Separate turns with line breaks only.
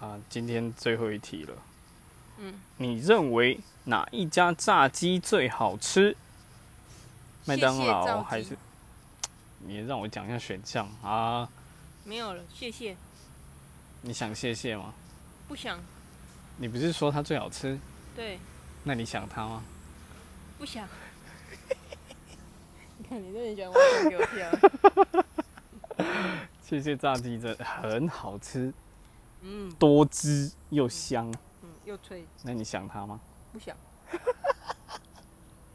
啊，今天最后一题了。
嗯，
你认为哪一家炸鸡最好吃？麦当
谢谢赵
劳
姬
还是？你让我讲一下选项啊！
没有了，谢谢，
你想谢谢吗？
不想，
你不是说它最好吃？
对，
那你想它吗？
不想。 你看，你真的喜欢挖洞给我跳。
谢谢炸鸡真的很好吃，
嗯
多汁又香。
嗯，又脆，
那你想它吗？
不想。